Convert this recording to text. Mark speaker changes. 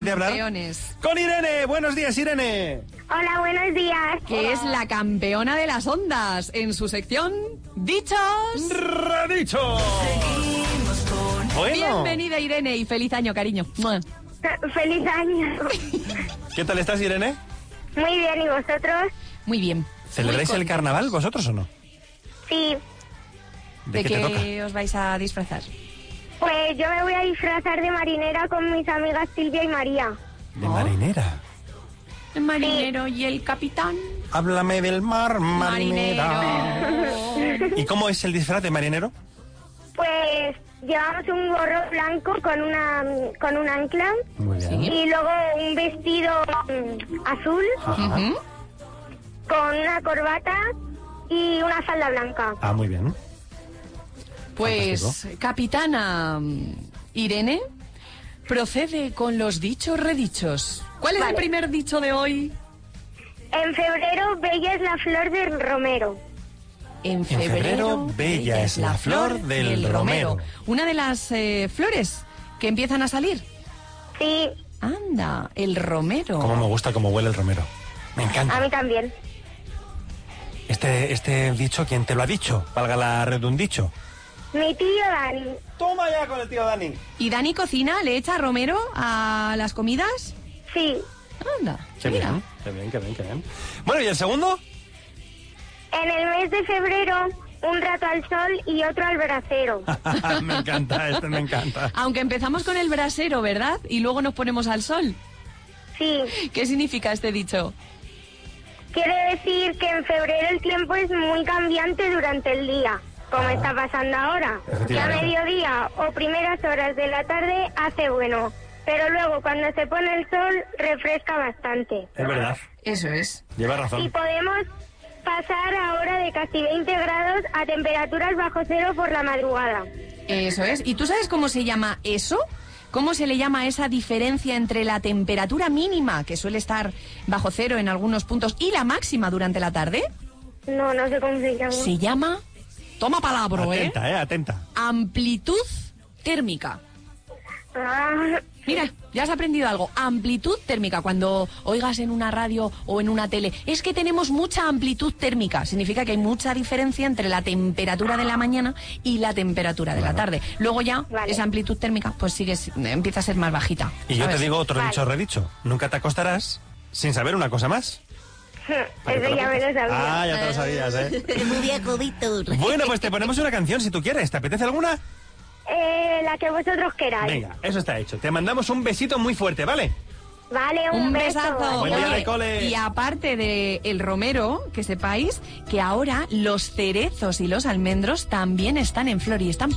Speaker 1: de hablar
Speaker 2: Campeones.
Speaker 1: con Irene. Buenos días, Irene.
Speaker 3: Hola, buenos días.
Speaker 2: que es la campeona de las ondas en su sección Dichos.
Speaker 1: Radicho. Bueno,
Speaker 2: Bienvenida Irene y feliz año, cariño. Mua.
Speaker 3: Fe- Feliz año.
Speaker 1: ¿qué tal estás, Irene?
Speaker 3: Muy bien, ¿y vosotros?
Speaker 2: Muy bien.
Speaker 1: ¿Celebráis
Speaker 2: Muy
Speaker 1: el carnaval vosotros o no?
Speaker 3: Sí.
Speaker 2: ¿De,
Speaker 1: qué te toca?
Speaker 2: qué os vais a disfrazar?
Speaker 3: Pues yo me voy a disfrazar de marinera con mis amigas Silvia y María.
Speaker 1: De marinera.
Speaker 2: El marinero y el capitán.
Speaker 1: Háblame del mar, marinera.
Speaker 2: Marinero.
Speaker 1: ¿Y cómo es el disfraz de marinero?
Speaker 3: Pues llevamos un gorro blanco con una con un ancla
Speaker 1: Muy bien.
Speaker 2: Sí.
Speaker 3: y luego un vestido mm, azul
Speaker 1: Ajá.
Speaker 2: Ujú.
Speaker 3: con una corbata y una falda blanca.
Speaker 1: Ah, muy bien.
Speaker 2: Pues,
Speaker 1: Fantástico.
Speaker 2: capitana mm, Irene, procede con los dichos redichos. ¿Cuál es el
Speaker 3: Vale.
Speaker 2: primer dicho de hoy?
Speaker 3: En febrero bella es la flor del romero.
Speaker 2: En
Speaker 1: febrero, bella es la flor del romero.
Speaker 2: Una de las eh, flores que empiezan a salir.
Speaker 3: Sí,
Speaker 2: Anda, el romero.
Speaker 1: Cómo me gusta cómo huele el romero. Me
Speaker 3: a
Speaker 1: encanta.
Speaker 3: mí también.
Speaker 1: Este, este dicho, ¿quién te lo ha dicho? Valga la redundicho.
Speaker 3: Mi tío Dani.
Speaker 1: Toma ya con el tío Dani.
Speaker 2: ¿Y Dani cocina? ¿Le echa romero a las comidas?
Speaker 3: Sí.
Speaker 2: Anda,
Speaker 1: Qué
Speaker 2: mira.
Speaker 1: bien, ¿eh? qué bien, qué bien, qué bien. Bueno, ¿y el segundo?
Speaker 3: En el mes de febrero, un rato al sol y otro al bracero.
Speaker 1: Ah. me encanta, este me encanta.
Speaker 2: Aunque empezamos con el brasero, ¿verdad? Y luego nos ponemos al sol.
Speaker 3: Sí,
Speaker 2: ¿Qué significa este dicho?
Speaker 3: quiere decir que en febrero el tiempo es muy cambiante durante el día, como está pasando ahora. Que a
Speaker 1: Ah. Efectivamente.
Speaker 3: mediodía o primeras horas de la tarde hace bueno, pero luego cuando se pone el sol refresca bastante.
Speaker 1: Es verdad,
Speaker 2: Eso es.
Speaker 1: lleva
Speaker 3: Y
Speaker 1: razón.
Speaker 3: podemos pasar ahora de casi 20 grados a temperaturas bajo cero por la madrugada.
Speaker 2: Eso es. ¿Y tú sabes cómo se llama eso? ¿Cómo se le llama esa diferencia entre la temperatura mínima, que suele estar bajo cero en algunos puntos, y la máxima durante la tarde?
Speaker 3: No, no sé cómo se llama.
Speaker 2: Se llama, toma palabra, ¿eh?
Speaker 1: Atenta, eh, atenta.
Speaker 2: Amplitud térmica.
Speaker 3: Ah,
Speaker 2: Mira, ya has aprendido algo. Amplitud térmica. Cuando oigas en una radio o en una tele, es que tenemos mucha amplitud térmica. Significa que hay mucha diferencia entre la temperatura de la mañana y la temperatura de la tarde. Luego ya
Speaker 3: Vale.
Speaker 2: esa amplitud térmica pues sigue, si- empieza a ser más bajita.
Speaker 1: Y yo te
Speaker 2: ¿sabes?
Speaker 1: digo otro
Speaker 3: Vale.
Speaker 1: dicho redicho. Nunca te acostarás sin saber una cosa más. Para que te
Speaker 3: eso
Speaker 1: lo
Speaker 3: ya me lo
Speaker 1: apuntes.
Speaker 3: sabía.
Speaker 1: Ah, ya te lo sabías, eh.
Speaker 4: Muy viejo, Víctor.
Speaker 1: Bueno, pues te ponemos una canción si tú quieres. ¿Te apetece alguna?
Speaker 3: Eh, la que vosotros queráis.
Speaker 1: Venga, eso está hecho. Te mandamos un besito muy fuerte, ¿vale?
Speaker 3: Vale, un,
Speaker 2: Un
Speaker 3: beso.
Speaker 2: besazo.
Speaker 1: Buen día
Speaker 2: Oye,
Speaker 1: de cole.
Speaker 2: Y aparte de el romero, que sepáis que ahora los cerezos y los almendros también están en flor y están